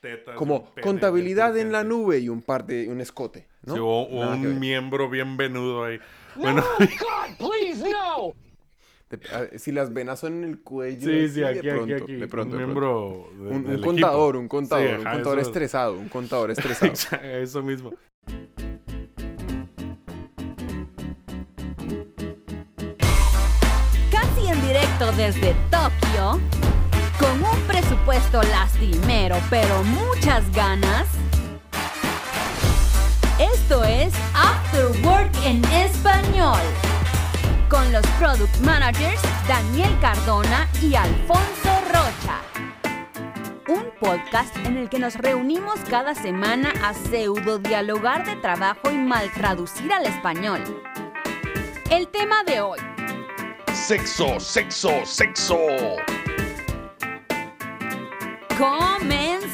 tetas. un Como pene contabilidad en la inteligente. nube y un par de un escote, ¿no? Sí, o- o Nada que ver. un miembro bien venudo ahí. Bueno, God, please, no! De- a- si las venas son en el cuello. sí, así, sí, aquí, de pronto, aquí, aquí. De pronto, un de pronto. miembro. de- Un, un del equipo. contador, un contador, Sí, un ajá, contador eso- estresado, un contador estresado. Eso mismo. Casi en directo desde Tokio, con un presupuesto lastimero pero muchas ganas. Esto es After Work en español, con los product managers Daniel Cardona y Alfonso Rocha. Un podcast en el que nos reunimos cada semana a pseudo dialogar de trabajo y mal traducir al español. El tema de hoy, Sexo, sexo, sexo. ¡Comenzamos!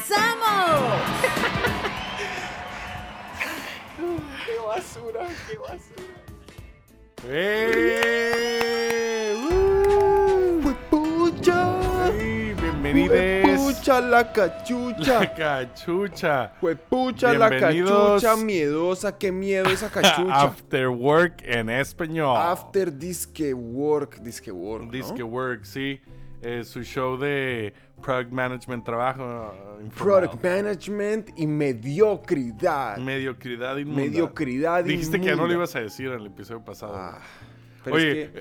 ¡Eh! ¡Uh! ¡Huepucha! Sí, bienvenides. ¡Huepucha la cachucha! La cachucha. ¡Huepucha la Bienvenidos. cachucha miedosa! ¡Qué miedo esa cachucha! After work en español. After Disque Work, Disque Work. ¿no? Disque Work, sí. Eh, su show de Product Management Trabajo. eh, informal. Product Management y mediocridad. Mediocridad inmunda. Mediocridad Dijiste que ya no inmunda. lo ibas a decir en el episodio pasado. Ah, pero es Oye. que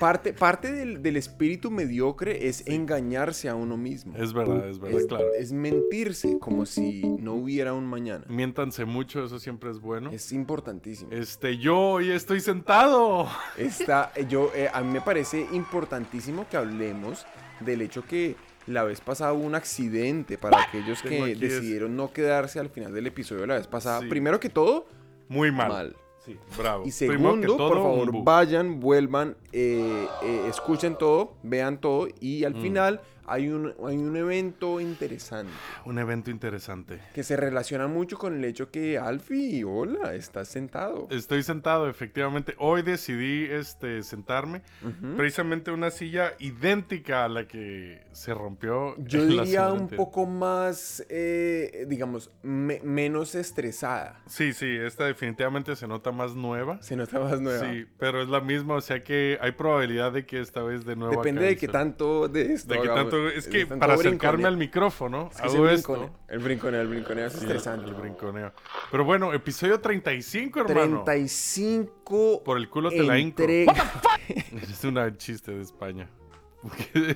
parte, parte del, del espíritu mediocre es engañarse a uno mismo. Es verdad, es verdad, Es, claro. es mentirse como si no hubiera un mañana. Miéntanse mucho, eso siempre es bueno. Es importantísimo. Este, yo hoy estoy sentado. Está, yo, eh, a mí me parece importantísimo que hablemos del hecho que la vez pasada hubo un accidente para aquellos Tengo aquí que es- decidieron no quedarse al final del episodio la vez pasada. Sí. Primero que todo, Muy mal. Mal. Sí, bravo. Y Primero que segundo, por todo, un bu. favor, vayan, vuelvan, eh, eh, escuchen todo, vean todo y Mm. al final hay un, hay un evento interesante Un evento interesante. que se relaciona mucho con el hecho que Alfie, hola, estás sentado. Estoy sentado, efectivamente. Hoy decidí este, sentarme. Ujú. Precisamente una silla idéntica a la que se rompió. Yo la diría semana un anterior. poco más, eh, digamos, me- menos estresada. Sí, sí, esta definitivamente se nota más nueva. Se nota más nueva. Sí, pero es la misma, o sea que hay probabilidad de que esta vez de nuevo. Depende acabe de qué sal- tanto de esto. de qué hagamos, tanto. Es de que tanto para acercarme brinconeo. al micrófono, Es que ese hago esto. brinconeo, El brinconeo, el brinconeo es Sí, estresante. El brinconeo. Pero bueno, episodio 35, hermano. 35 Por el culo te la hinco. entrega- Es un chiste de España.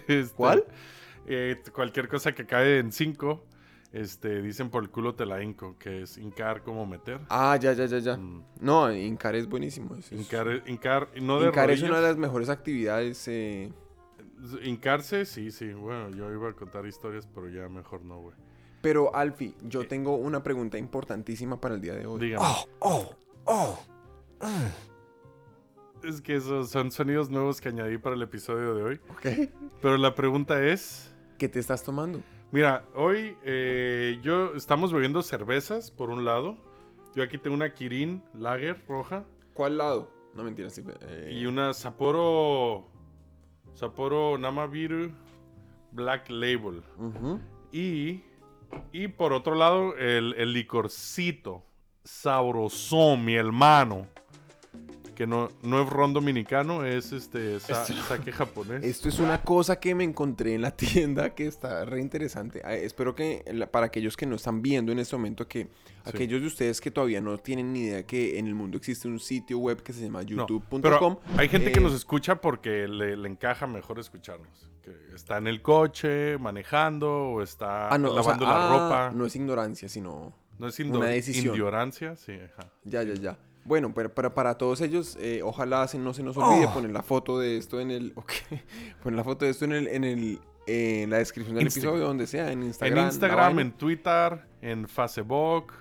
Este, ¿Cuál? eh, cualquier cosa que cae en 5, este, dicen por el culo te la hinco, que es hincar como meter. Ah, ya, ya, ya, ya. Mm. No, hincar es buenísimo. es- es- Hincar, hincar, no de hincar es una de rodillas. las mejores actividades. eh, Hincarse, sí, sí. Bueno, yo iba a contar historias, pero ya mejor no, güey. Pero, Alfie, yo Eh. tengo una pregunta importantísima para el día de hoy. Dígame. Es que esos son sonidos nuevos que añadí para el episodio de hoy. ¿Ok? Pero la pregunta es... ¿Qué te estás tomando? Mira, hoy eh, yo estamos bebiendo cervezas, por un lado. Yo aquí tengo una Kirin Lager roja ¿Cuál lado? No mentiras. sí, eh, y una Sapporo... Sapporo Namabiru Black Label. ujú. Y, y por otro lado, el, el licorcito sabrosón, mi hermano. Que no, no es ron dominicano, es este sa- saque japonés. Esto es una cosa que me encontré en la tienda que está re interesante. Ah, Espero que la- para aquellos que no están viendo en este momento, que aquellos de ustedes que todavía no tienen ni idea que en el mundo existe un sitio web que se llama No, youtube.com. pero hay gente que eh, nos escucha porque le, le encaja mejor escucharnos. Que está en el coche, manejando, o está Ah, no, o sea, lavando la ah, ropa. No, No es ignorancia, sino... es indo- una decisión. indiorancia, sí, ajá. Ya, ya, ya. Bueno, pero, pero para todos ellos, eh, ojalá se- no se nos Oh. olvide poner la foto de esto en el... ok, poner la foto de esto en el... En el eh, en la descripción del Insta- episodio, donde sea, en Instagram. En la Instagram, vaina. en Twitter, en Facebook,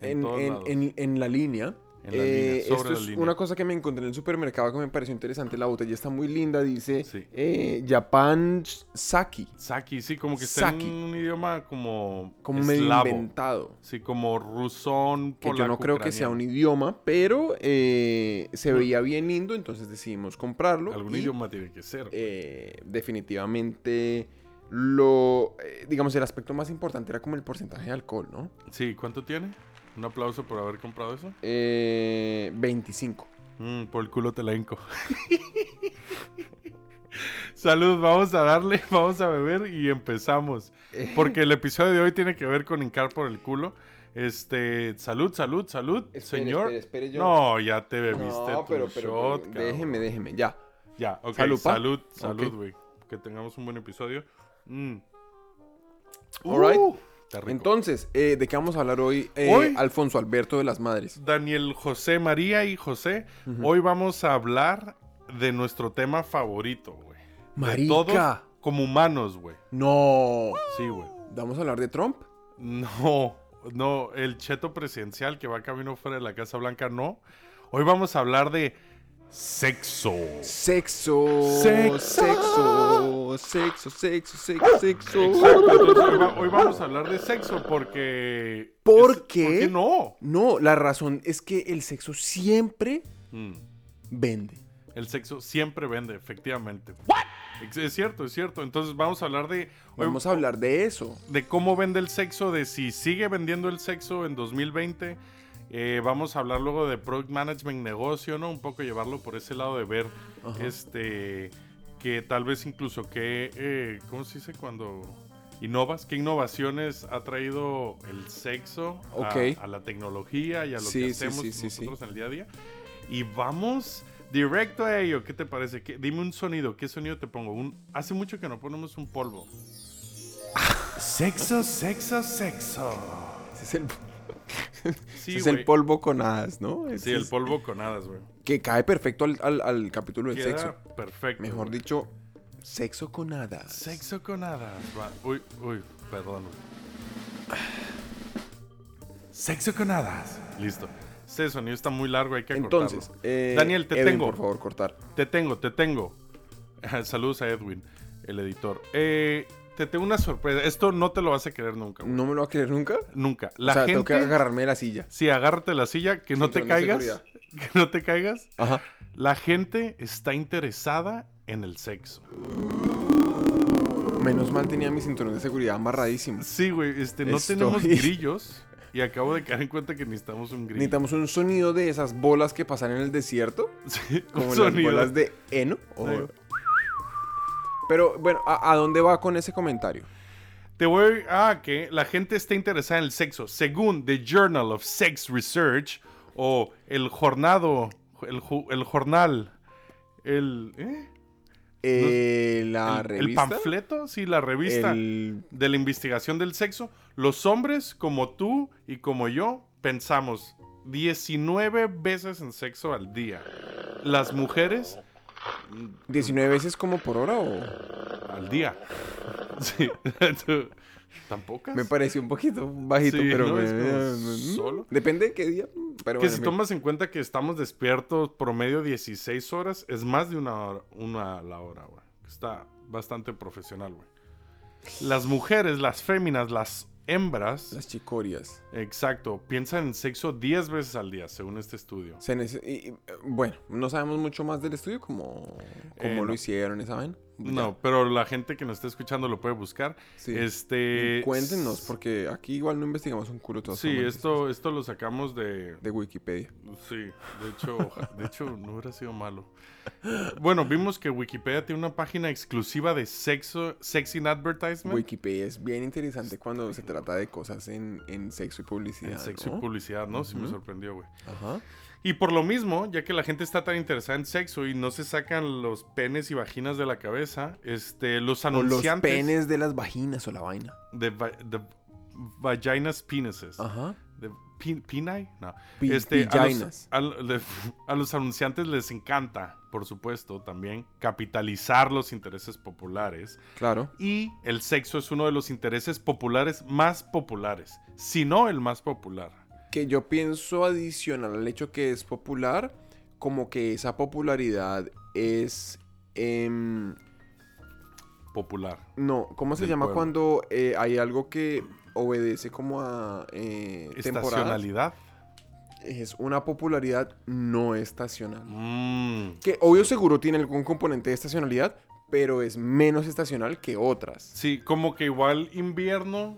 en, en, todos en- lados. en- en la línea. En la Eh, línea, sobre esto la es línea. una cosa que me encontré en el supermercado que me pareció interesante. La botella está muy linda, dice Sí. eh, Japan Saki, Saki, sí, como que está Saki. en un idioma como, como medio eslavo. inventado. Sí, como rusón, Que yo no creo que sea un polaco-ucraniano. idioma, pero eh, se veía bien lindo, entonces decidimos comprarlo. Mm. Algún y, idioma tiene que ser. eh, definitivamente Lo, eh, digamos, el aspecto más importante era como el porcentaje de alcohol, ¿no? Sí, ¿cuánto tiene? Un aplauso por haber comprado eso. Eh, 25. Mm, por el culo te la hinco. Salud, vamos a darle, vamos a beber y empezamos. Eh. Porque el episodio de hoy tiene que ver con hincar por el culo. Este, salud, salud, salud, Espere, señor. espere, espere, yo- No, ya te bebiste No, tu pero, pero, shot, pero cabrón. déjeme, déjeme, ya. Ya, ok. Salud, Salud, pa. salud, Ok. güey. Que tengamos un buen episodio. Mm. Alright. Uh, está rico. Entonces, eh, ¿de qué vamos a hablar hoy, eh, Hoy- Alfonso Alberto de las Madres? Daniel José María y José, hoy vamos a hablar de nuestro tema favorito, güey. De Marica. todos como humanos, güey. No. Sí, güey. ¿Vamos a hablar de Trump? No, no, el cheto presidencial que va camino fuera de la Casa Blanca, no. Hoy vamos a hablar de sexo. Sexo. Sexo. ¡Oh! Sexo. Sexo, sexo, sexo, sexo. Exacto, entonces hoy, va- hoy vamos a hablar de sexo porque... ¿Por es- qué? no? No, la razón es que el sexo siempre Mm, vende. El sexo siempre vende, efectivamente. Es, es cierto, es cierto. Entonces vamos a hablar de... hoy- Vamos a hablar de eso. de cómo vende el sexo, de si sigue vendiendo el sexo en 2020. Eh, vamos a hablar luego de product management negocio, ¿no? Un poco llevarlo por ese lado de ver, este, que tal vez incluso que, eh, ¿cómo se dice cuando innovas? ¿Qué innovaciones ha traído el sexo a- Ok. a, la tecnología y a lo Sí, que sí, hacemos sí, sí, sí. nosotros en el día a día? Y vamos directo a ello. ¿Qué te parece? ¿Qué- dime un sonido. ¿Qué sonido te pongo? Un, hace mucho que no ponemos un polvo. Sexo, sexo, sexo. Ese es el, Sí, ese es el güey. polvo con hadas, ¿no? Sí, Ese el es- polvo con hadas, güey. Que cae perfecto al, al- al capítulo del Queda Pues sexo. perfecto. Mejor güey. dicho, sexo con hadas. Sexo con hadas. va. Uy, uy, perdón. güey. Sexo con hadas. Listo. Ese sonido está muy largo, hay que Entonces, cortarlo. eh, Daniel, te Edwin, tengo. Por favor, cortar. Te tengo, te tengo. Saludos a Edwin, el editor. Eh, te tengo una sorpresa. Esto no te lo vas a creer nunca, güey. No me lo va a creer nunca. Nunca. La o sea, tengo gente. que agarrarme de la silla. Sí, agárrate la silla, que no te Cinturón de caigas. Que no te caigas. Ajá. La gente está interesada en el sexo. Menos mal tenía mi cinturón de seguridad amarradísimo. Sí, güey, este, no Estoy- tenemos grillos y acabo de caer en cuenta que necesitamos un grillo. Necesitamos un sonido de esas bolas que pasan en el desierto. Sí, un Como las sonido. bolas de heno. o- Sí. Pero bueno, ¿a, a dónde va con ese comentario? Te voy a ah, que la gente está interesada en el sexo. Según The Journal of Sex Research o el jornado, el, ju- el jornal, el, ¿eh? Eh, la el, el revista. panfleto, sí, la revista el- de la investigación del sexo. Los hombres como tú y como yo pensamos 19 veces en sexo al día. Las mujeres 19 veces como por hora o... al día. Sí. Tampoco. Me pareció un poquito bajito, Sí, pero... ¿no? Es me- como solo. Depende de qué día, pero Que bueno, si me- tomas en cuenta que estamos despiertos promedio 16 horas, es más de una hora, una a la hora, güey. Está bastante profesional, güey. Las mujeres, las féminas, las hembras, Las chicorias. exacto, piensan en sexo 10 veces al día, según este estudio. Se nece- y- y, eh, bueno, no sabemos mucho más del estudio, como, Eh, como lo no. hicieron, ¿saben? No, pero la gente que nos está escuchando lo puede buscar. pues Sí. Este. Cuéntenos, porque aquí igual no investigamos un culo de todas Sí, formas, esto, esto lo sacamos de, De Wikipedia. Sí, de hecho, oja- de hecho no hubiera sido malo. Bueno, vimos que Wikipedia tiene una página exclusiva de sexo, sex in advertisement, Wikipedia es bien interesante cuando se trata de cosas en, en sexo y publicidad. en sexo ¿no? y publicidad, ¿no? Sí me sorprendió, güey. Ajá. Y por lo mismo, ya que la gente está tan interesada en sexo y no se sacan los penes y vaginas de la cabeza, este, los O los anunciantes penes de las vaginas o la vaina. de va- de vaginas penises. Ajá. de pin- pinay, no. Pi- este, a, los, pillinas. al- le- a los anunciantes les encanta, por supuesto, también capitalizar los intereses populares. Claro. Y el sexo es uno de los intereses populares más populares, si no el más popular. Que yo pienso adicional al hecho que es popular, como que esa popularidad es... em, Popular. No, ¿cómo se del llama pueblo. cuando eh, hay algo que obedece como a eh, temporadas? Estacionalidad. Es una popularidad no estacional. Mm, Que obvio seguro tiene algún componente de estacionalidad, pero es menos estacional que otras. Sí, como que igual invierno,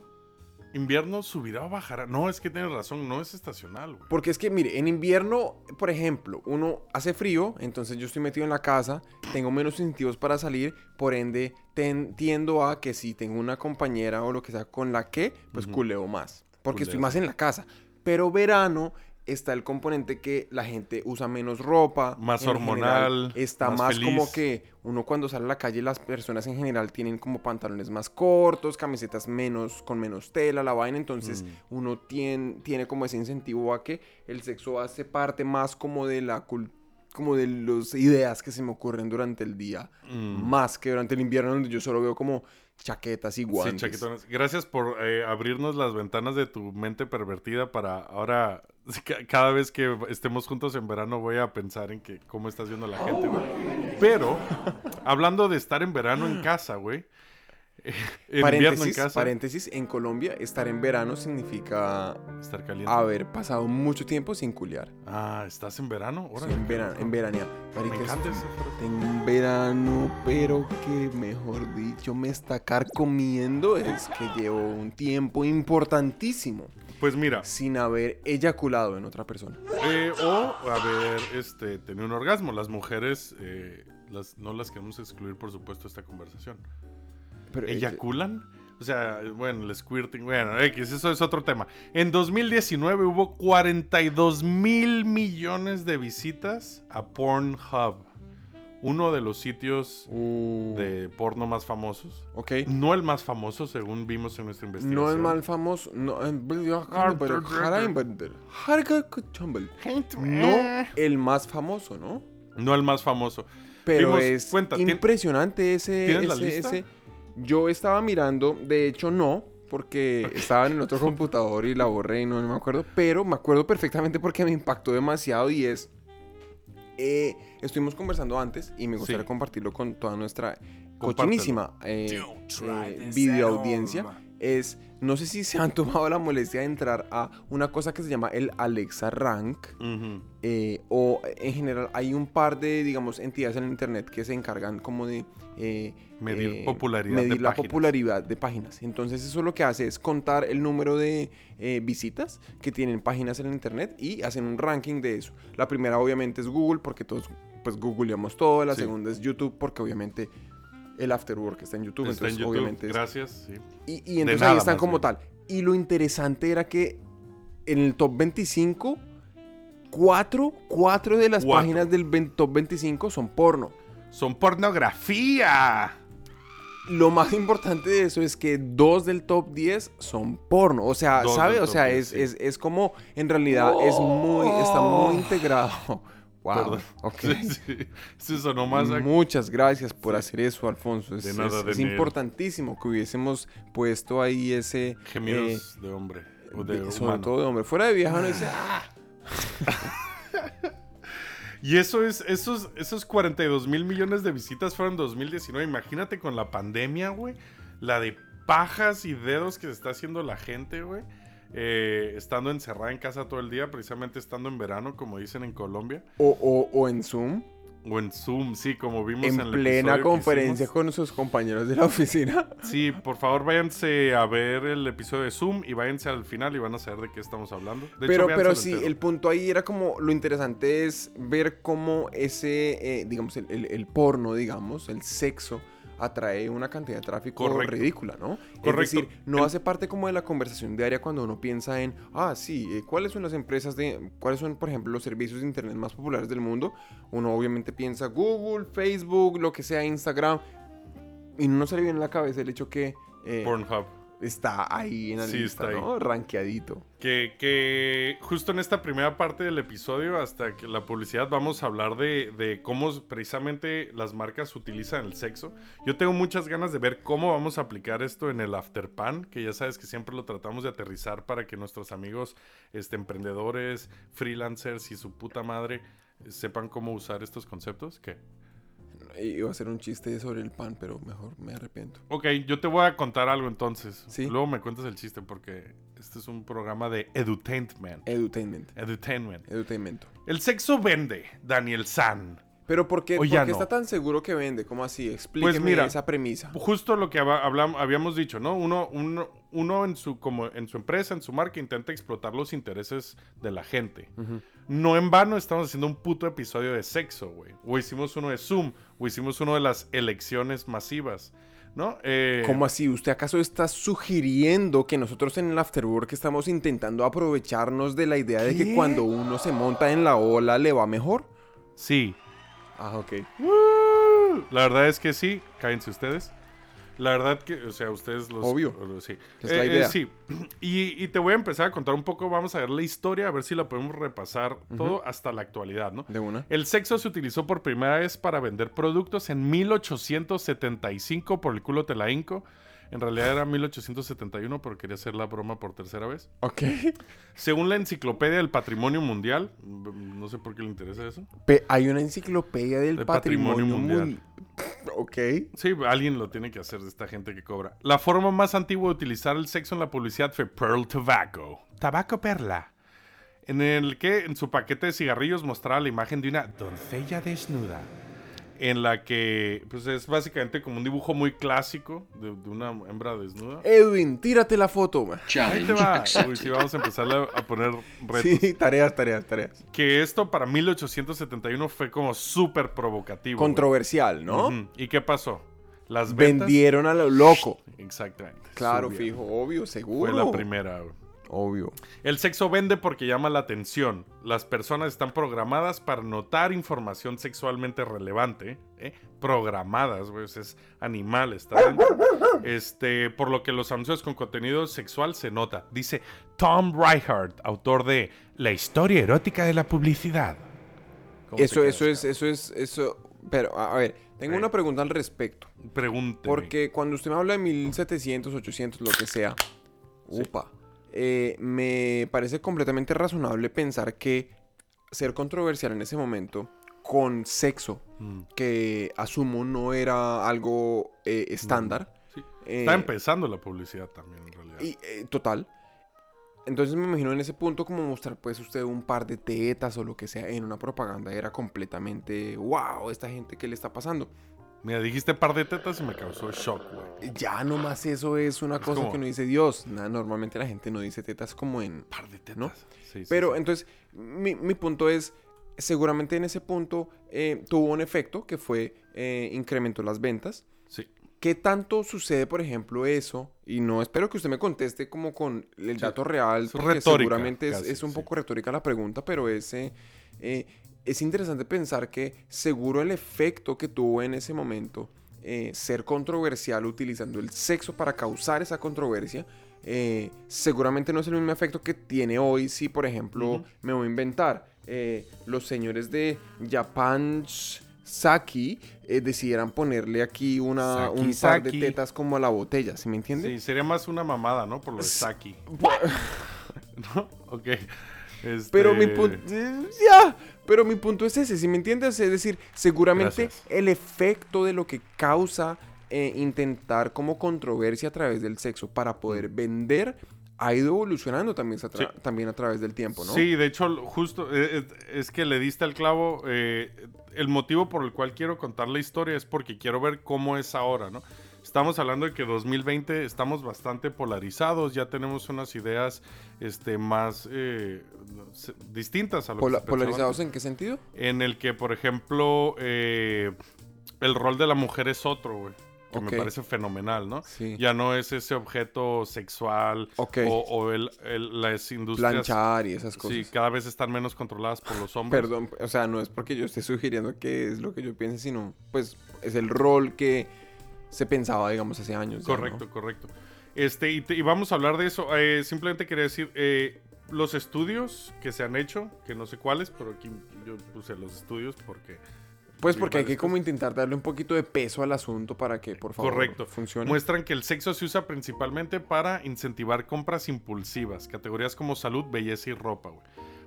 invierno subirá o bajará. No, es que tienes razón, no es estacional, güey. Porque es que, mire, en invierno, por ejemplo, uno hace frío, entonces yo estoy metido en la casa, tengo menos incentivos para salir, por ende ten- tiendo a que si tengo una compañera o lo que sea con la que, pues culeo más, porque estoy Culeas. más en la casa. Pero verano está el componente que la gente usa menos ropa, Más en hormonal, está más más, como feliz. que uno cuando sale a la calle las personas en general tienen como pantalones más cortos, camisetas menos con menos tela, la vaina, Mm. entonces uno tiene, tiene como ese incentivo a que el sexo hace parte más como de la cul- como de las ideas que se me ocurren durante el día, Mm. más que durante el invierno donde yo solo veo como chaquetas y Sí, guantes. chaquetones. Gracias por eh, abrirnos las ventanas de tu mente pervertida para ahora. ca- Cada vez que estemos juntos en verano voy a pensar en que cómo estás viendo a la gente, güey. Pero, hablando de estar en verano en casa, güey. eh, invierno en paréntesis, casa. paréntesis, en Colombia estar en verano significa Estar caliente. haber pasado mucho tiempo sin culiar. Ah, ¿estás en verano? Órale. Sí, en, verano, en veranía. Marica, Me encanta es- esa frase. Tengo un verano, pero que mejor dicho, me está comiendo es que llevo un tiempo importantísimo Pues mira, sin haber eyaculado en otra persona. eh, o haber este, tenido un orgasmo. Las mujeres, eh, las, no las queremos excluir, por supuesto, de esta conversación. Pero eh, ella- ¿Eyaculan? O sea, bueno, el squirting, bueno, X, eso es otro tema. En 2019 hubo 42 mil millones de visitas a Pornhub, uno de los sitios Uh, de porno más famosos. ok. No el más famoso, según vimos en nuestra investigación. No es mal famoso. No, eh, pero Haraimbender, Harakakuchambel. no el más famoso, ¿no? No el más famoso. Pero Vimos- es cuenta, ¿tien- impresionante ese, ¿Tienes la ese- lista? ese- Yo estaba mirando, de hecho no, porque estaba en el otro computador y la borré y no, no me acuerdo, pero me acuerdo perfectamente porque me impactó demasiado y es... eh, estuvimos conversando antes y me gustaría Sí. compartirlo con toda nuestra Compártelo. cochinísima eh, eh, videoaudiencia. Es, no sé si se han tomado la molestia de entrar a una cosa que se llama el Alexa Rank Ujú. eh, o en general hay un par de, digamos, entidades en internet que se encargan como de... eh, Medir popularidad de medir la páginas. popularidad de páginas. Entonces eso lo que hace es contar el número de eh, visitas que tienen páginas en internet y hacen un ranking de eso. La primera obviamente es Google porque todos pues googleamos todo, la Sí. segunda es YouTube porque obviamente el afterwork está en YouTube, Está en entonces YouTube, obviamente es- gracias. sí. y, y entonces nada, ahí están más como bien. tal. Y lo interesante era que en el top 25, cuatro, cuatro de las Cuatro. páginas del ven- top 25 son porno. ¡Son pornografía! Lo más importante de eso es que dos del top 10 son porno. O sea, Dos ¿sabe? del O top sea, 10, es, sí. es- es como, en realidad, es muy, está muy integrado. Wow. Perdón. ok. Sí, sí. Sí, sonó más a- Muchas gracias por hacer eso, Alfonso. Es, De nada, es- es Daniel. importantísimo que hubiésemos puesto ahí ese... eh, gemidos de hombre. O de de- sobre humano. todo de hombre. Fuera de vieja no dice. Y eso es, esos, esos 42 mil millones de visitas fueron 2019. Imagínate con la pandemia, güey. La de pajas y dedos que se está haciendo la gente, güey. Eh, estando encerrada en casa todo el día, precisamente estando en verano, como dicen en Colombia. O, o- o en Zoom, O en Zoom, sí, como vimos en, en el plena episodio que conferencia hicimos. con sus compañeros de la oficina. Sí, por favor, váyanse a ver el episodio de Zoom y váyanse al final y van a saber de qué estamos hablando. De pero véanselo pero sí, entero. el punto ahí era como lo interesante es ver cómo ese, eh, digamos, el, el- el porno, digamos, el sexo atrae una cantidad de tráfico Correcto. ridícula, ¿no? Correcto. Es decir, no El- hace parte como de la conversación diaria cuando uno piensa en, ah, sí, eh, ¿cuáles son las empresas de, cuáles son, por ejemplo, los servicios de internet más populares del mundo? Uno obviamente piensa Google, Facebook, lo que sea, Instagram, y no se le viene en la cabeza el hecho que eh, Pornhub. está ahí en la Sí, lista, está ahí. ¿no? Ranqueadito. Que, que justo en esta primera parte del episodio, hasta que la publicidad, vamos a hablar de, de cómo precisamente las marcas utilizan el sexo. Yo tengo muchas ganas de ver cómo vamos a aplicar esto en el afterpan, que ya sabes que siempre lo tratamos de aterrizar para que nuestros amigos este, emprendedores, freelancers y su puta madre eh, sepan cómo usar estos conceptos. ¿Qué? eh, Iba a hacer un chiste sobre el pan, pero mejor me arrepiento. Ok, yo te voy a contar algo entonces. Sí. Luego me cuentas el chiste porque este es un programa de edutainment. Edutainment. Edutainment. Edutainment. El sexo vende, Daniel San. Pero ¿por qué, O por ya qué no. Pues está tan seguro que vende? ¿Cómo así? Explíqueme mira, esa premisa. Justo lo que haba- hablam- habíamos dicho, ¿no? Uno, uno, uno en, su, como en su empresa, en su marca, intenta explotar los intereses de la gente. No en vano estamos haciendo un puto episodio de sexo, güey. O hicimos uno de Zoom, o hicimos uno de las elecciones masivas, ¿no? Eh, ¿Cómo así? ¿Usted acaso está sugiriendo que nosotros en el Afterwork estamos intentando aprovecharnos de la idea de que cuando uno se monta en la ola le va mejor? Sí. Ah, ok. La verdad es que sí, cáense ustedes. La verdad que, o sea, ustedes los... Obvio. los- sí. Eh, Es la idea. sí. Y, y te voy a empezar a contar un poco, vamos a ver la historia, a ver si la podemos repasar todo hasta la actualidad, ¿no? De una. El sexo se utilizó por primera vez para vender productos en 1875 por el culo te la hinco. En realidad era 1871, pero quería hacer la broma por tercera vez. Ok. Según la Enciclopedia del Patrimonio Mundial, mm, no sé por qué le interesa eso. Pe- hay una enciclopedia del Del patrimonio, patrimonio mundial. Ok. Sí, alguien lo tiene que hacer de esta gente que cobra. La forma más antigua de utilizar el sexo en la publicidad fue Pearl Tobacco. Tabaco Perla. En el que en su paquete de cigarrillos mostraba la imagen de una doncella desnuda. En la que pues es básicamente como un dibujo muy clásico de, de una hembra desnuda. Edwin, tírate la foto. ma. Ahí te va. Uy, sí, vamos a empezar a, a poner retos. Sí, tareas, tareas, tareas. Que esto para 1871 fue como súper provocativo. güey. Controversial, ¿no? Ujú. ¿Y qué pasó? Las ventas. Vendieron a lo loco. Exactamente. Claro, Subieron. fijo, obvio, seguro. Fue la primera. güey. Obvio. El sexo vende porque llama la atención. Las personas están programadas para notar información sexualmente relevante. ¿eh? Programadas, güey. o sea, Es animal, está dentro. Este, por lo que los anuncios con contenido sexual se nota. Dice Tom Reichhardt, autor de La historia erótica de la publicidad. ¿Cómo Eso, te eso quedas? es, eso es, eso. Pero, a a ver, tengo Eh. una pregunta al respecto. Pregúnteme. Porque cuando usted me habla de 1700, 800, lo que sea, upa, eh, me parece completamente razonable pensar que ser controversial en ese momento con sexo, Mm. que asumo no era algo eh, estándar. Mm. Sí. Está eh, empezando la publicidad también, en realidad. y, eh, total. Entonces me imagino en ese punto como mostrar pues usted un par de tetas o lo que sea en una propaganda era completamente, wow, esta gente, ¿qué le está pasando? Mira, dijiste par de tetas y me causó shock, güey. Ya nomás eso es una cosa como- que no dice Dios. Na- normalmente la gente no dice tetas como en... Par de tetas. ¿No? Sí, sí, Pero sí. entonces mi, mi punto es, seguramente en ese punto eh, tuvo un efecto que fue eh, incrementó las ventas. Sí. ¿Qué tanto sucede, por ejemplo, eso? Y no espero que usted me conteste como con el dato real, Es porque retórica, seguramente es, casi, es un sí. poco retórica la pregunta, pero es, eh, eh, es interesante pensar que seguro el efecto que tuvo en ese momento eh, ser controversial utilizando el sexo para causar esa controversia, eh, seguramente no es el mismo efecto que tiene hoy si, por ejemplo, me voy a inventar, eh, los señores de Japan Saki eh, decidieran ponerle aquí una, Saki, un par de Saki. tetas como a la botella, ¿sí me entiende? Sí, sería más una mamada, ¿no? Por lo de Saki. ¿No? Ok. Este, Pero mi punto. Ya. Pero mi punto es ese, si me entiendes? Es decir, seguramente Gracias. el efecto de lo que causa eh, intentar como controversia a través del sexo para poder vender ha ido evolucionando también, a tra- Mm. Sí. también a través del tiempo, ¿no? Sí, de hecho, lo- justo eh, eh, es que le diste al clavo. eh, el motivo por el cual quiero contar la historia es porque quiero ver cómo es ahora, ¿no? Estamos hablando de que 2020 estamos bastante polarizados, ya tenemos unas ideas este, más eh, se- distintas a lo que Pola- se pensaba ¿Polarizados en qué sentido? en el que, por ejemplo, eh, el rol de la mujer es otro, güey. Que Ok. me parece fenomenal, ¿no? Sí. Ya no es ese objeto sexual Ok. o, o el, el- las industrias. Planchar y esas cosas. Sí, cada vez están menos controladas por los hombres. Perdón, o sea, no es porque yo esté sugiriendo que es lo que yo piense, sino pues es el rol que se pensaba, digamos, hace años. ya, ¿no? Correcto, correcto. Este, y, te- y vamos a hablar de eso. Eh, simplemente quería decir, eh, los estudios que se han hecho, que no sé cuáles, pero aquí yo puse los estudios porque... Pues vi porque hay que varias como intentar darle un poquito de peso al asunto para que, por favor, Correcto. funcione. Muestran que el sexo se usa principalmente para incentivar compras impulsivas, categorías como salud, belleza y ropa, güey.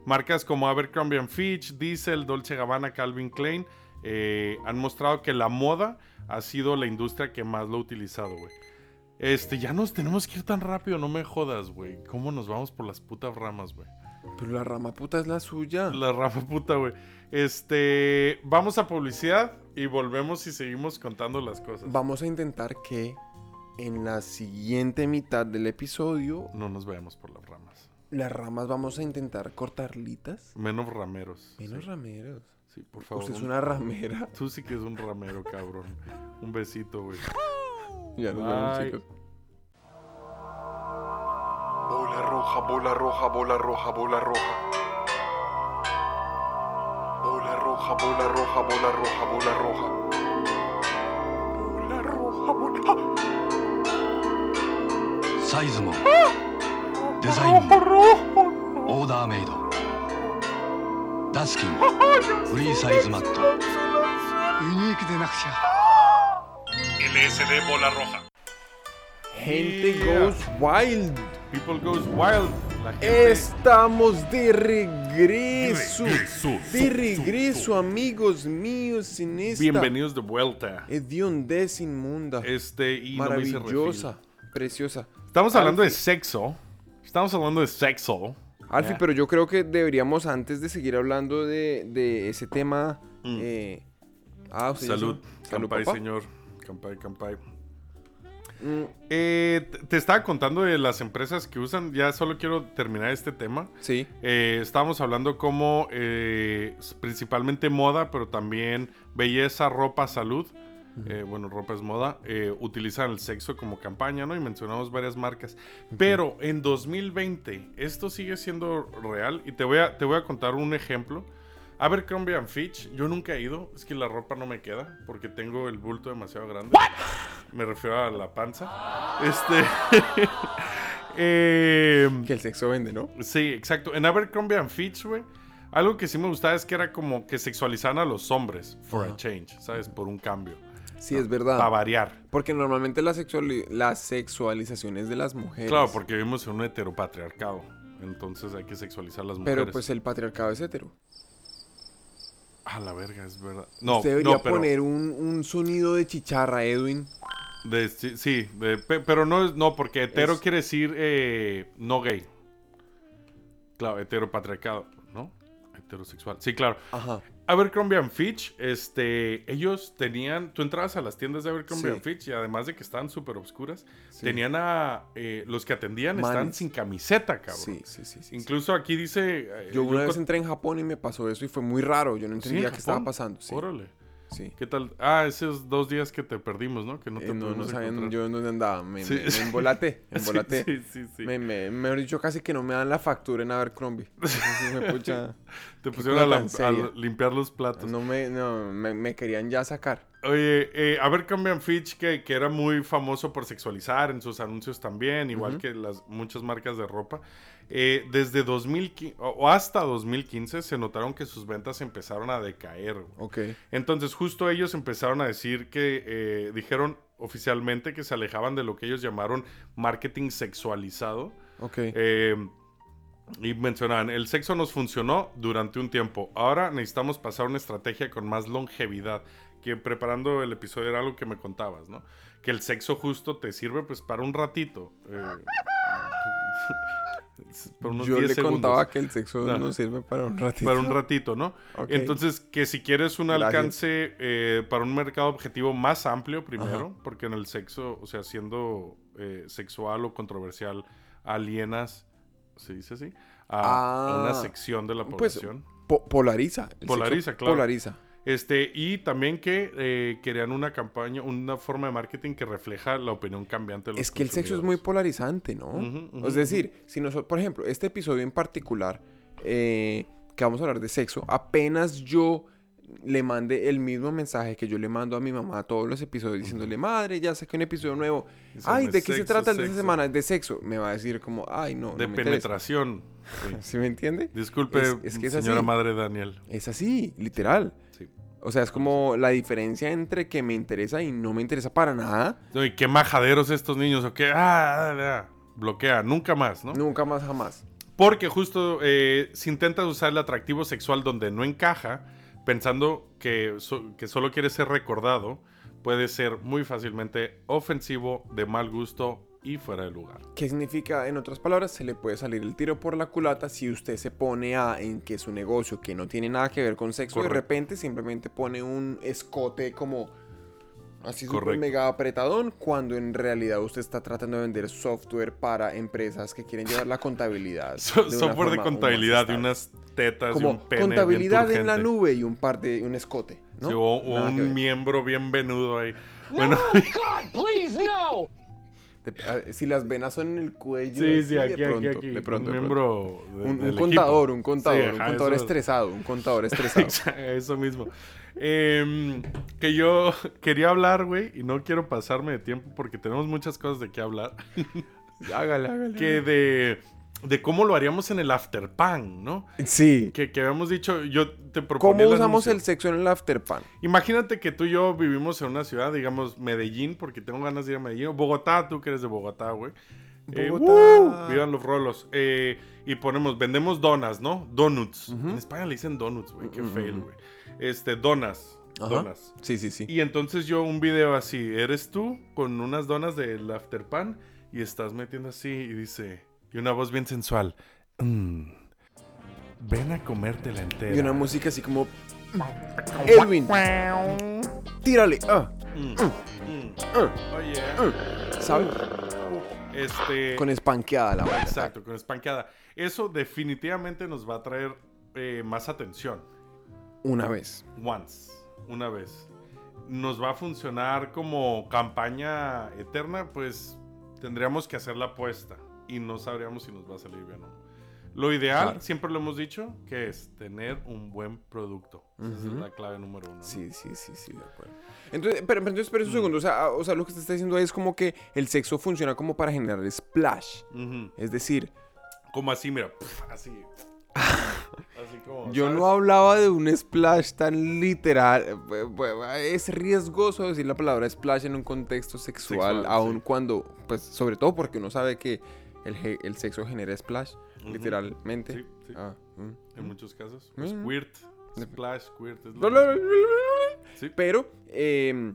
Marcas como Abercrombie Fitch, Diesel, Dolce Gabbana, Calvin Klein eh, han mostrado que la moda ha sido la industria que más lo ha utilizado, güey. Este, ya nos tenemos que ir tan rápido, no me jodas, güey. ¿Cómo nos vamos por las putas ramas, güey? Pero la rama puta es la suya. La rama puta, güey. Este, vamos a publicidad y volvemos y seguimos contando las cosas. Vamos a intentar que en la siguiente mitad del episodio No nos vayamos por las ramas. las ramas vamos a intentar cortarlitas. Menos rameros. Menos rameros. Sí, por favor. Usted Pues es un- una ramera. Tú sí que es un ramero, cabrón. Un besito, güey. Ya nos vemos, Bye. chicos. Bola roja, bola roja, bola roja, bola roja. Bola roja, bola roja, bola roja, bola roja. Bola roja, bola サイズもデザインもオーダーメイドダスキンフリーサイズマットユニークでなくちゃ LSD Bola Roja. Gente Yeah. Goes Wild. People goes wild. La gente. Estamos de regreso. De regreso, amigos míos, sin esta Bienvenidos de vuelta. hediondez inmunda. Este, y no me hice refil. maravillosa, preciosa. Estamos hablando de Alfie. sexo. Estamos hablando de sexo. Alfie, pero yo creo que deberíamos antes de seguir hablando de, de ese tema. eh, ah, usted ya Mm. Salud. se- Salud, Campay, papá. señor. Campay, campay. Mm, Eh, te- te estaba contando de las empresas que usan. Ya solo quiero terminar este tema. sí. Eh, estábamos hablando como eh, s- principalmente moda, pero también belleza, ropa, salud. Eh, bueno, ropa es moda. Eh, utilizan el sexo como campaña, ¿no? Y mencionamos varias marcas. Pero en 2020 esto sigue siendo real y te voy a, te voy a contar un ejemplo. Abercrombie and Fitch, yo nunca he ido, es que la ropa no me queda porque tengo el bulto demasiado grande. Me refiero a la panza. Este. em, Que el sexo vende, ¿no? Sí, exacto. En Abercrombie and Fitch, güey, algo que sí me gustaba es que era como que sexualizaban a los hombres for a change, ¿sabes? Por un cambio, Sí, es para verdad. variar. Porque normalmente la, sexuali- la sexualización es de las mujeres. Claro, porque vivimos en un heteropatriarcado, entonces hay que sexualizar a las mujeres. Pero pues el patriarcado es hetero. A la verga, es verdad. No, Usted debería no, pero poner un, un sonido de chicharra, Edwin. de- sí, sí, de- pe- pero no es- no porque hetero Es- quiere decir eh, no gay. Claro, heteropatriarcado, ¿no? Heterosexual. Sí, claro. Ajá. Abercrombie and Fitch, este, ellos tenían, tú entrabas a las tiendas de Abercrombie Sí. and Fitch y además de que estaban súper obscuras, tenían a eh, los que atendían Manes. estaban sin camiseta, cabrón. Sí, sí, sí. sí, sí. Incluso aquí dice, eh, Yo una vez con- entré en Japón y me pasó eso y fue muy raro. Yo no Sí, en entendía qué estaba Japón. pasando. Sí, Órale. sí. ¿Qué tal? Ah, esos dos días que te perdimos, ¿no? Que no te Eh, no, no pudimos sabían encontrar. yo en dónde andaba. Me, Sí, me- me sí. embolaté. Me Sí, embolaté. sí, sí, sí. Me, me, mejor dicho, casi que no me dan la factura en Abercrombie. Entonces, me pucha, Te pusieron a, cosa la- tan seria. a limpiar los platos. no me, no, me, me querían ya sacar. Oye, eh, Abercrombie and Fitch, que, que era muy famoso por sexualizar en sus anuncios también, igual que las muchas marcas de ropa, eh, desde 2015 o- o hasta 2015 se notaron que sus ventas empezaron a decaer. güey. Ok. Entonces justo ellos empezaron a decir que eh, dijeron oficialmente que se alejaban de lo que ellos llamaron marketing sexualizado. Ok. Eh, y mencionaban, el sexo nos funcionó durante un tiempo. Ahora necesitamos pasar una estrategia con más longevidad. Que preparando el episodio era algo que me contabas, ¿no? Que el sexo justo te sirve pues para un ratito. eh, por unos yo 10 le segundos. contaba que el sexo Ajá. no sirve para un ratito. Para un ratito, ¿no? Ok. Entonces, que si quieres un Gracias. alcance eh, para un mercado objetivo más amplio primero, porque en el sexo, o sea, siendo eh, sexual o controversial, alienas, ¿se dice así? A, a una Ah. sección de la Pues, población. Po- polariza. El Polariza, sexo claro. Polariza. este, y también que eh, querían una campaña, una forma de marketing que refleja la opinión cambiante de los Es que el sexo es muy consumidores. polarizante, ¿no? Ujú, ujú, Es decir, si nosotros, por ejemplo, este episodio en particular, eh, que vamos a hablar de sexo, apenas yo le mandé el mismo mensaje que yo le mando a mi mamá a todos los episodios diciéndole, madre, ya saqué un episodio nuevo. Eso Ay, no ¿de es qué se sexo, trata el de esta sexo". semana? De sexo. Me va a decir como, ay, no. De no me interesa". penetración. Sí. ¿Sí me entiende? Disculpe, Es- es que es señora así. madre Daniel. Es así, literal. Sí. O sea, es como la diferencia entre que me interesa y no me interesa para nada. No, y qué majaderos estos niños, o qué. Ah, ah, ah. bloquea, nunca más, ¿no? Nunca más jamás. Porque justo eh, si intentas usar el atractivo sexual donde no encaja, pensando que, so- que solo quieres ser recordado, puede ser muy fácilmente ofensivo, de mal gusto y fuera de lugar. ¿Qué significa? En otras palabras, se le puede salir el tiro por la culata si usted se pone a en que su negocio, que no tiene nada que ver con sexo, de Correcto. repente simplemente pone un escote como así súper Correcto. mega apretadón, cuando en realidad usted está tratando de vender software para empresas que quieren llevar la contabilidad. So- de una software de forma aún más contabilidad, de estable. unas tetas, de como un pene. bien contabilidad en la turgente. nube y un par de un escote, ¿no? Sí, o, o Nada que ver. un miembro bien venudo ahí. Bueno, Dep- a- ah, si las venas son en el cuello, sí, así, sí, aquí, de pronto, aquí, aquí. de pronto, un de pronto. miembro. de- Un, un del equipo. contador, un contador, Sí, un ajá, contador eso- estresado, un contador estresado. Eso mismo. Em, que yo quería hablar, güey, y no quiero pasarme de tiempo porque tenemos muchas cosas de qué hablar. hágale, hágale. Que de, de cómo lo haríamos en el after pan, ¿no? Sí. Que, que habíamos dicho, yo te propongo. ¿Cómo usamos el sexo en el afterpan? Imagínate que tú y yo vivimos en una ciudad, digamos Medellín, porque tengo ganas de ir a Medellín. O Bogotá, tú que eres de Bogotá, güey. Eh, Bogotá. ¡uh! vivan los rolos. Eh, y ponemos, vendemos donas, ¿no? Donuts. En España le dicen donuts, güey. Qué fail, güey. Este, donas. Donas. Sí, sí, sí. Y entonces yo un video así, eres tú con unas donas del after pan y estás metiendo así y dice, y una voz bien sensual, "Mm, ven a comértela entera. Y una música así como. Edwin, tírale. ah, Mm, Oh, yeah. ¿Sabes? Este, Con espanqueada la vaina. Exacto, con espanqueada. Eso definitivamente nos va a traer eh, más atención. Una vez. Once, una vez. Nos va a funcionar como campaña eterna, pues tendríamos que hacer la apuesta y no sabríamos si nos va a salir bien o no. Lo ideal, Claro. siempre lo hemos dicho, que es tener un buen producto. Esa es la clave número uno. ¿no? Sí, sí, sí, sí, de acuerdo. Entonces, pero, pero entonces, pero un Mm. segundo. O sea, ah, o sea, lo que te está diciendo ahí es como que el sexo funciona como para generar splash. Ujú. Es decir, Como así, mira, así. así como, Yo ¿sabes? no hablaba de un splash tan literal. Bu- bu- Es riesgoso decir la palabra splash en un contexto sexual, Sexual, aun sí. cuando, pues, sobre todo porque uno sabe que el, ge- el sexo genera splash, literalmente. Sí, sí. Ah, mm. En muchos casos. Mm. Squirt. Splash, squirt. Es lo mismo. Sí. Pero, eh,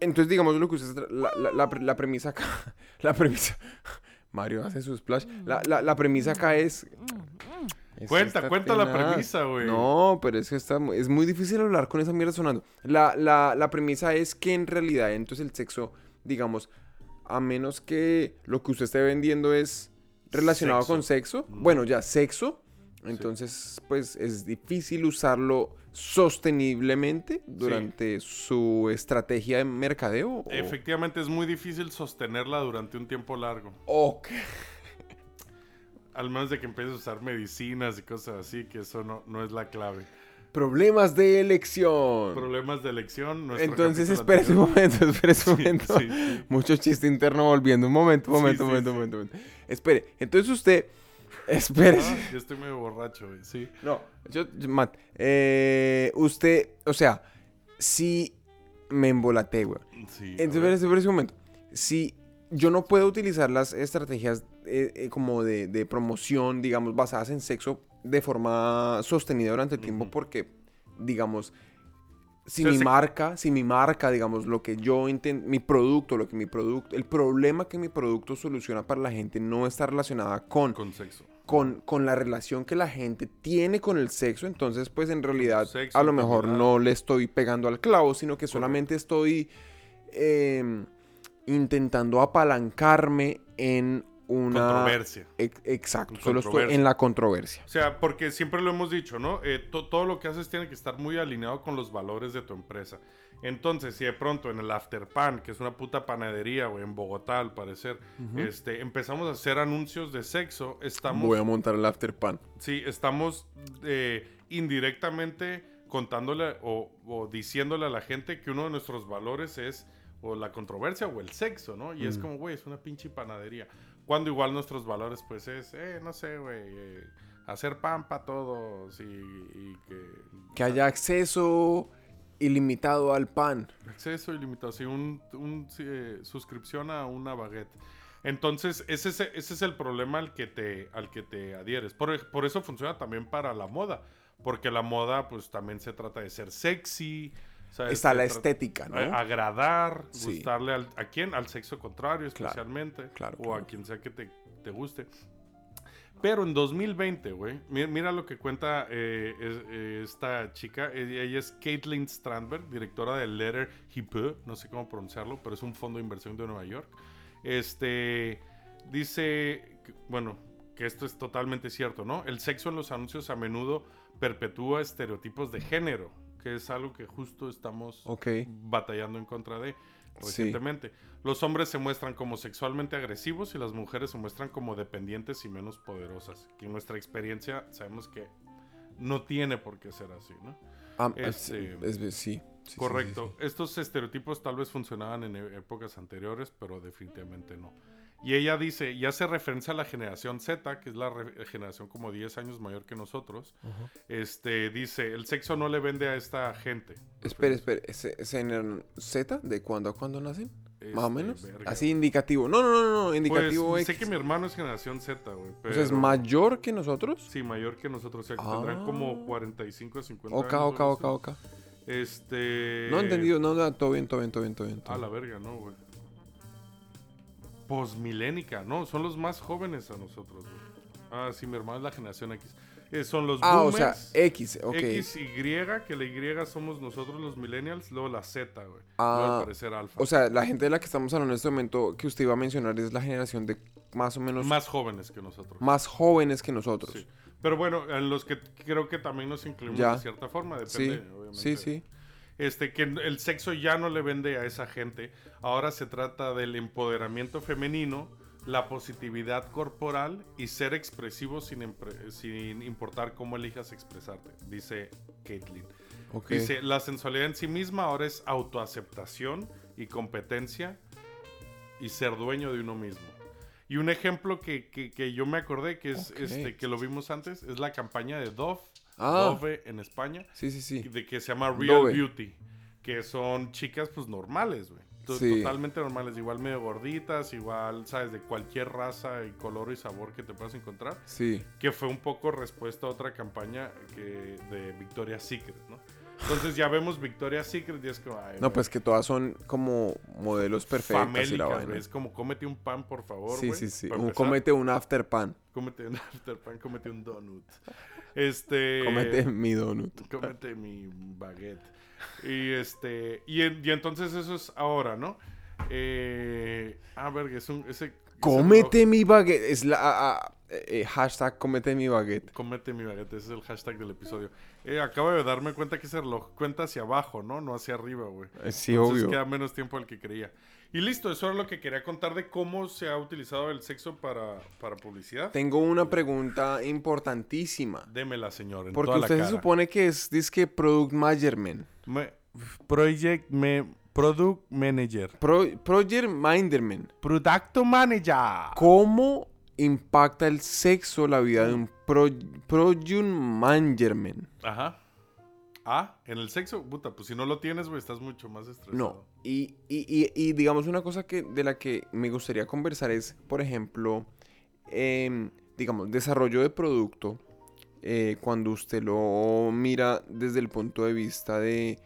entonces digamos lo que usted... tra- La, la- la pre- la premisa acá... La premisa... Mario hace su splash. La, la- la premisa acá es... es Cuenta, esta cuenta la tenaz. premisa, güey. No, pero es que está, mu- es muy difícil hablar con esa mierda sonando. La, la- la premisa es que en realidad entonces el sexo, digamos, a menos que lo que usted esté vendiendo es relacionado Sexo. con sexo, bueno, ya sexo, entonces, pues es difícil usarlo sosteniblemente durante su estrategia de mercadeo. o- Efectivamente, es muy difícil sostenerla durante un tiempo largo. Ok. Al menos de que empieces a usar medicinas y cosas así, que eso no, no es la clave. Problemas de elección. Problemas de elección. nuestro entonces, capítulo espérese un anterior. momento, espérese un Sí, momento. sí, sí. Mucho chiste interno volviendo. Un momento, un momento, sí, un momento, sí. un momento, un momento. Espere, entonces usted. Espérese. Ah, yo estoy medio borracho, güey. Sí. No, yo, yo- Matt, eh, usted, o sea, si me embolaté, güey. sí a Entonces, ver. espérese, espérese un momento. Si yo no puedo utilizar las estrategias eh, eh, como de, de promoción, digamos, basadas en sexo de forma sostenida durante el tiempo, porque, digamos, si O sea, mi se- marca, si mi marca, digamos, lo que yo intento, mi producto, lo que mi producto, el problema que mi producto soluciona para la gente no está relacionada con, Con sexo. con, con la relación que la gente tiene con el sexo, entonces pues en realidad sexo, a lo mejor intimidad. no le estoy pegando al clavo, sino que solamente estoy eh, intentando apalancarme en una... Controversia. Ex- Exacto, solo estoy Controversia. en la controversia. O sea, porque siempre lo hemos dicho, ¿no? Eh, to- todo lo que haces tiene que estar muy alineado con los valores de tu empresa. Entonces, si de pronto en el After Pan, que es una puta panadería, güey, en Bogotá al parecer, este, empezamos a hacer anuncios de sexo, estamos, Voy a montar el afterpan. sí, estamos eh, indirectamente contándole o, o diciéndole a la gente que uno de nuestros valores es o la controversia o el sexo, ¿no? Y es como, güey, es una pinche panadería. Cuando igual nuestros valores, pues es, eh, no sé, güey, eh, hacer pan para todos y, y que Que haya acceso ilimitado al pan. acceso ilimitado, sí, un, un, sí, eh, suscripción a una baguette. Entonces, ese es, ese es el problema al que te, al que te adhieres. Por, por eso funciona también para la moda, porque la moda pues también se trata de ser sexy, O sea, este, Está la tra- estética, ¿no? eh, Agradar, Sí. gustarle al- a quién, al sexo contrario Claro, especialmente, claro, o a claro. quien sea que te, te guste. Pero en 2020, güey, mira, mira lo que cuenta eh, es- eh, esta chica. Eh, Ella es Caitlin Strandberg, directora de Letter Hippie, no sé cómo pronunciarlo, pero es un fondo de inversión de Nueva York. Este dice, que- bueno, que esto es totalmente cierto, ¿no? El sexo en los anuncios a menudo perpetúa estereotipos de género, que es algo que justo estamos Ok. batallando en contra de Sí. recientemente. Los hombres se muestran como sexualmente agresivos y las mujeres se muestran como dependientes y menos poderosas. Que en nuestra experiencia sabemos que no tiene por qué ser así, ¿no? Ah, es- Este- es- sí, sí, sí, Correcto. Estos estereotipos tal vez funcionaban en e- épocas anteriores, pero definitivamente no. Y ella dice, y hace referencia a la generación Z, que es la re- generación como 10 años mayor que nosotros. Este dice, el sexo no le vende a esta gente. sí. Espera, espera. ¿Es, es en el Z? ¿De cuándo a cuándo nacen? Más o Este, menos. verga, Así güey. indicativo. No, no, no, no, no. Pues, Indicativo sé X. que mi hermano es generación Z, güey. O sea, ¿es pero- mayor que nosotros? Sí, mayor que nosotros. O sea, que Ah. tendrán como 45, 50 Ok, años. ok, o ok, así. ok. Este... No he entendido, no, no, todo bien, todo bien, todo bien, todo bien. todo A la bien. verga, ¿no, güey? Posmilénica, ¿no? Son los más jóvenes a nosotros, güey. Ah, sí, mi hermano es la generación X. Eh, son los Ah, o sea, boomers, X, ok. X, Y, que la Y somos nosotros los millennials, luego la Z, güey. luego Ah, al parecer alfa. O sea, la gente de la que estamos hablando en este momento que usted iba a mencionar es la generación de más o menos más, más jóvenes que nosotros. jóvenes que nosotros. Sí. Pero bueno, en los que creo que también nos incluimos Ya. de cierta forma, Sí, depende, obviamente. sí, sí. Este, que el sexo ya no le vende a esa gente. Ahora se trata del empoderamiento femenino, la positividad corporal y ser expresivo sin, empre- sin importar cómo elijas expresarte, dice Caitlin. Ok. Dice, la sensualidad en sí misma ahora es autoaceptación y competencia y ser dueño de uno mismo. Y un ejemplo que, que- que yo me acordé que es Ok. este que lo vimos antes es la campaña de Dove, Ah. Dove en España sí, sí, sí. de que se llama Real Dove. Beauty, que son chicas pues normales, güey. To- Sí. Totalmente normales, igual medio gorditas, igual, sabes, de cualquier raza y color y sabor que te puedas encontrar, Sí. que fue un poco respuesta a otra campaña que de Victoria's Secret, ¿no? Entonces ya vemos Victoria's Secret y es como, ay, No, güey, pues que todas son como modelos perfectos y la famélicas, vaina. güey, es como cómete un pan, por favor, Sí, güey, sí, sí. para Un, empezar. comete un after pan. Cómete un after pan, cómete un donut. Este Comete mi donut. Cómete mi baguette. Y este. Y, en- y entonces eso es ahora, ¿no? Eh, ah, verga, es un. Ese, ese Cómete mi baguette. Es la ah, ah, eh, eh, hashtag comete mi baguette. reloj- cómete mi baguette, ese es el hashtag del episodio. Eh, acabo de darme cuenta que ese reloj cuenta hacia abajo, ¿no? No hacia arriba, güey. Eh, Sí, Entonces obvio. queda menos tiempo al que creía. Y listo, eso era lo que quería contar de cómo se ha utilizado el sexo para, para publicidad. Tengo una pregunta importantísima. Démela, señor. En Porque toda la usted se cara. supone que es disque product management. Me- project me- Product Manager. Pro- project minderman. Producto Manager. ¿Cómo impacta el sexo la vida de un pro, project management? Ajá. Ah, en el sexo, puta, pues si no lo tienes, güey, estás mucho más estresado. No. Y, y- y- y digamos una cosa que, de la que me gustaría conversar es, por ejemplo, em, digamos, desarrollo de producto. eh, cuando usted lo mira desde el punto de vista de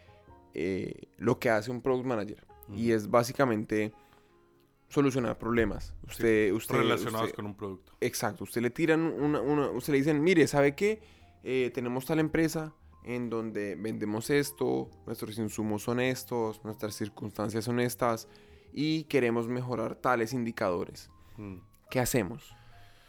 eh, lo que hace un product manager. Y es básicamente solucionar problemas. Usted, usted, Relacionados usted- con un producto. Exacto, usted le tiran una, una- usted le dicen, mire, ¿sabe qué? Eh, tenemos tal empresa en donde vendemos esto, nuestros insumos son estos, nuestras circunstancias son estas y queremos mejorar tales indicadores. Mm. ¿Qué hacemos?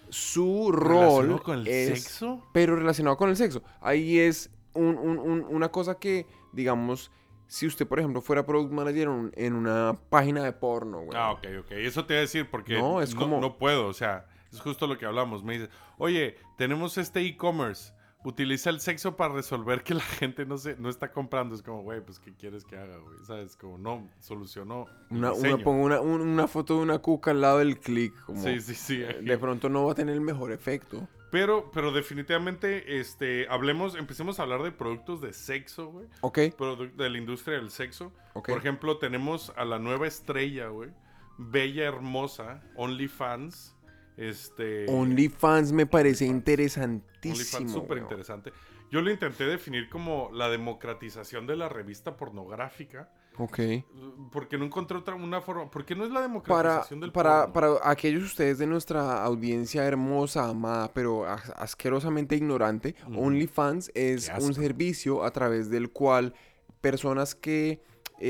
Su ¿Relacionado rol con el es, sexo? pero relacionado con el sexo. Ahí es un- un- un- una cosa que, digamos, si usted, por ejemplo, fuera product manager en, un- en una página de porno, güey. Ah, ok, ok. Eso te iba a decir porque No, es como- no puedo, o sea, es justo lo que hablamos. Me dice, oye, tenemos este e-commerce. Utiliza el sexo para resolver que la gente no se, no está comprando. Es como, güey, pues, ¿qué quieres que haga, güey? ¿Sabes? Como, no, solucionó. el Una, una- diseño. pongo una, un- una foto de una cuca al lado del click. Como, Sí, sí, sí. De pronto no va a tener el mejor efecto. Pero, pero definitivamente, este, hablemos, empecemos a hablar de productos de sexo, güey. Ok, produ- de la industria del sexo. Ok. Por ejemplo, tenemos a la nueva estrella, güey. Bella hermosa, OnlyFans. Este. OnlyFans me parece OnlyFans, interesantísimo. súper weón. interesante. Yo lo intenté definir como la democratización de la revista pornográfica. Ok. Porque no encontré otra una forma. Porque no es la Para, democratización del para, porno. para aquellos ustedes de nuestra audiencia hermosa, amada, pero as- asquerosamente ignorante, OnlyFans es un servicio a través del cual personas que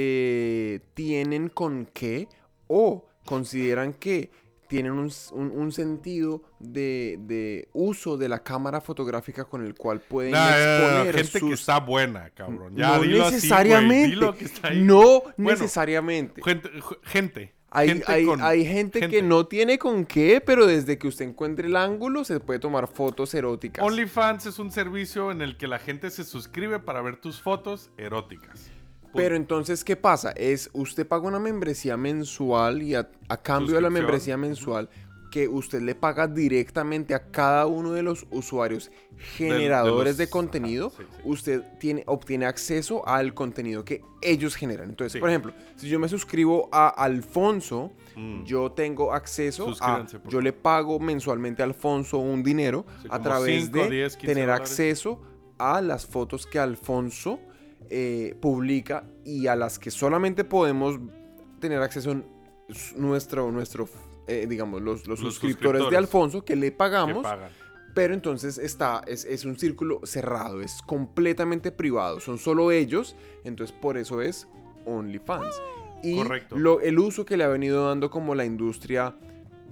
eh, tienen con qué o consideran que tienen un, s- un- un sentido de, de uso de la cámara fotográfica con el cual pueden Nah, nah, nah, nah, exponer gente que sus- está buena, cabrón. Ya, no dilo así, güey, necesariamente. dilo que está ahí. No Bueno, necesariamente. Gente, ju- gente. Hay hay- hay gente gente, con- que no tiene con qué, pero desde que usted encuentre el ángulo se puede tomar fotos eróticas. OnlyFans es un servicio en el que la gente se suscribe para ver tus fotos eróticas. pero entonces, ¿qué pasa? Es usted paga una membresía mensual y a, a cambio de la Suscripción. membresía mensual que usted le paga directamente a cada uno de los usuarios generadores de, los- contenido, ajá, sí, sí. usted tiene, obtiene acceso al contenido que ellos generan. Entonces, Sí. por ejemplo, si yo me suscribo a Alfonso, Mm. yo tengo acceso a, Suscríbanse, por yo le pago mensualmente a Alfonso un dinero Sí, a como través cinco, de diez, quince tener dólares. acceso a las fotos que Alfonso eh, publica y a las que solamente podemos tener acceso n- s- nuestro, nuestro eh, digamos, los, los Los suscriptores de suscriptores Alfonso que le que pagamos, pagan. pero entonces está, es, es un círculo cerrado, es completamente privado, son solo ellos, entonces por eso es OnlyFans. Y Correcto. lo- el uso que le ha venido dando como la industria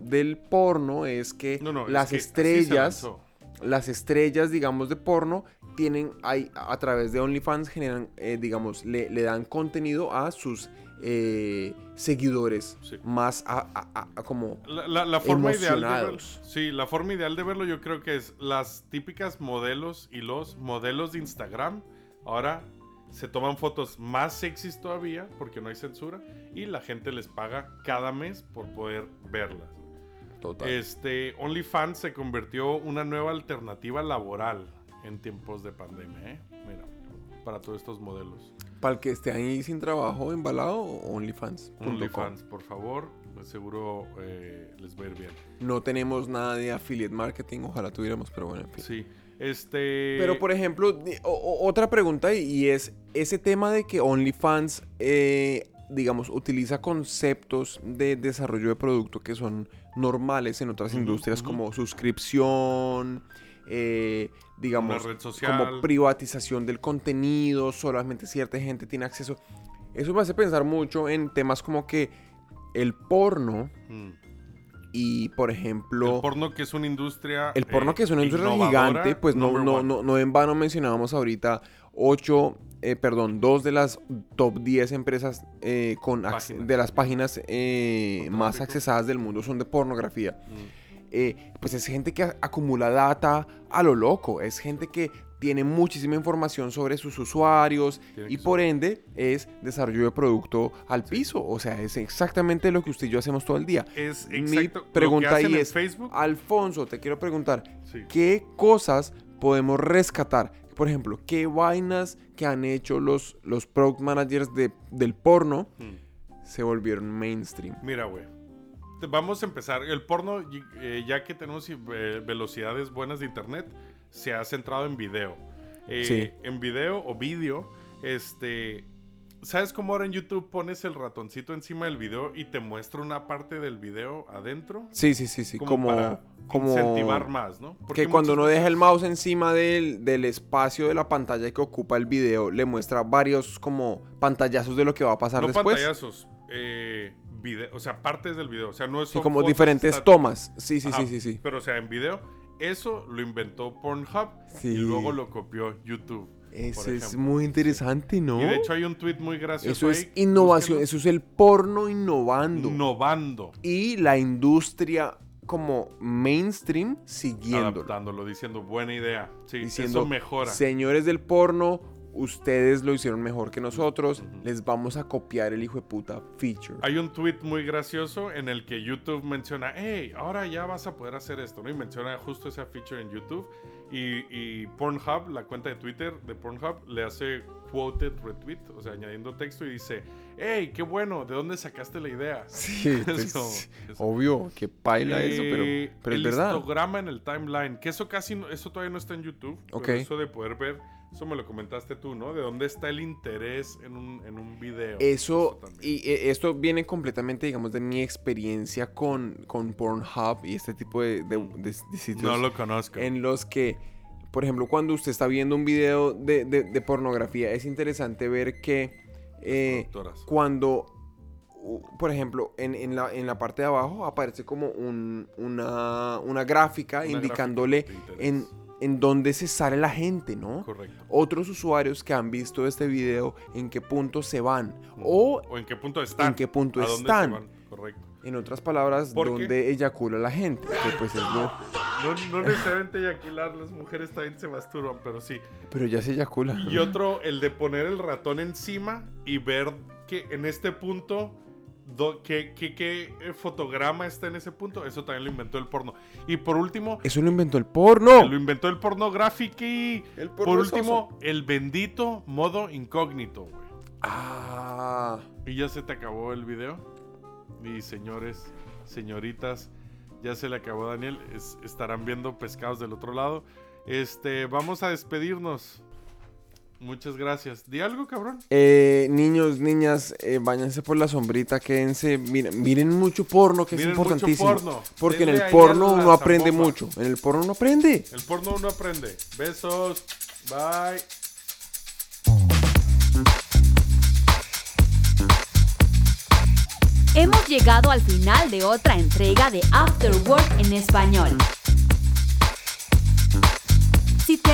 del porno es que No, no, es las que así se estrellas lanzó. las estrellas, digamos, de porno tienen ahí a través de OnlyFans generan, eh, digamos, le, le dan contenido a sus eh, seguidores Sí. más a, a- a- a como La, la- la forma ideal de verlo. Emocionados. Sí, la forma ideal de verlo yo creo que es las típicas modelos y los modelos de Instagram. Ahora se toman fotos más sexys todavía porque no hay censura y la gente les paga cada mes por poder verlas. total. Este OnlyFans se convirtió una nueva alternativa laboral en tiempos de pandemia, ¿eh? Mira, para todos estos modelos. Para el que esté ahí sin trabajo, embalado, OnlyFans.com. OnlyFans, por favor, seguro eh, les va a ir bien. No tenemos nada de affiliate marketing, ojalá tuviéramos, pero bueno, en fin. Sí, este. Pero por ejemplo, di- o- o- otra pregunta y- y es ese tema de que OnlyFans, eh, digamos, utiliza conceptos de desarrollo de producto que son normales en otras industrias como suscripción, eh, digamos, red como social. privatización del contenido, solamente cierta gente tiene acceso. Eso me hace pensar mucho en temas como que el porno Mm. y, por ejemplo... El porno que es una industria. El porno eh, que es una industria innovadora, gigante, pues no, number no, one. no, no en vano mencionábamos ahorita ocho, eh, perdón, dos de las top 10 empresas eh, con ac- Páginas. de las páginas eh, Con más tráfico. accesadas del mundo son de pornografía. Mm. Eh, pues es gente que a- acumula data a lo loco, es gente que tiene muchísima información sobre sus usuarios Tiene y que por ende es desarrollo de producto al piso, o sea, es exactamente lo que usted y yo hacemos todo el día. Es Mi exacto. pregunta lo que hacen ahí en es, Facebook. Alfonso, te quiero preguntar, sí. ¿qué cosas podemos rescatar? Por ejemplo, ¿qué vainas que han hecho los, los product managers de- del porno Mm. se volvieron mainstream? Mira, güey. Te- Vamos a empezar. El porno, y- eh, ya que tenemos eh, velocidades buenas de internet, se ha centrado en video. Eh, Sí. En video o vídeo, este. ¿Sabes cómo ahora en YouTube pones el ratoncito encima del video y te muestra una parte del video adentro? Sí, sí, sí, sí. Como, para como incentivar más, ¿no? Porque que cuando muchas uno deja el mouse encima del, del espacio de la pantalla que ocupa el video, le muestra varios como pantallazos de lo que va a pasar No después. pantallazos, eh, vide- o sea, partes del video. O sea, no es Sí, son como fotos diferentes estáticas. tomas. Sí, sí, Ajá, sí, sí, sí. Pero o sea, en video, eso lo inventó Pornhub Sí. y luego lo copió YouTube. por Eso es ejemplo. muy interesante, ¿no? Y de hecho hay un tweet muy gracioso. eso es ahí, innovación, búsquenlo. eso es el porno innovando. innovando. y la industria como mainstream siguiéndolo. Adaptándolo, diciendo buena idea. Sí, Diciendo, eso mejora. señores del porno, ustedes lo hicieron mejor que nosotros, les vamos a copiar el hijo de puta feature. Hay un tweet muy gracioso en el que YouTube menciona, hey, ahora ya vas a poder hacer esto, ¿no? Y menciona justo esa feature en YouTube. Y, y Pornhub, la cuenta de Twitter de Pornhub, le hace quoted retweet, o sea, añadiendo texto y dice, hey, qué bueno, ¿de dónde sacaste la idea? Sí, pues, como- es- obvio, que paila eso, Eh, pero, pero es el verdad. histograma en el timeline, que eso casi, no- eso todavía no está en YouTube. pero Ok. eso de poder ver, eso me lo comentaste tú, ¿no? De dónde está el interés en un, en un video. Eso, también. y eh, esto viene completamente, digamos, de mi experiencia con, con Pornhub y este tipo de, de- de- de sitios. no lo conozco. en los que, por ejemplo, cuando usted está viendo un video de, de- de pornografía, es interesante ver que eh, productoras. cuando, u- por ejemplo, en, en la, en la parte de abajo aparece como un- una, una gráfica Una indicándole gráfica de en, interés. en dónde se sale la gente, ¿no? Correcto. Otros usuarios que han visto este video, en qué punto se van. O, en qué punto están. en qué punto a dónde se están. van, Correcto. en otras palabras, ¿Por qué? dónde eyacula la gente. Que pues es lo- No, no necesariamente eyacular, las mujeres también se masturban, pero sí. Pero ya se eyacula. Y otro, el de poner el ratón encima y ver que en este punto, do- qué que, fotograma está en ese punto, eso también lo inventó el porno. Y por último, Eso lo inventó el porno. lo inventó el pornográfico y El por porno último, el bendito modo incógnito, güey. Ah, Y ya se te acabó el video. Y señores, señoritas, ya se le acabó Daniel. Es- estarán viendo pescados del otro lado. Este, vamos a despedirnos. Muchas gracias. Di algo, cabrón. eh, niños, niñas, eh, váyanse por la sombrita, quédense, miren, miren mucho porno, que Miren es mucho importantísimo. porno. Porque en Denle el ahí porno a la uno aprende zapopa. mucho, en el porno uno aprende. El porno uno aprende. Besos. Bye. Hemos llegado al final de otra entrega de After Work en español. Si te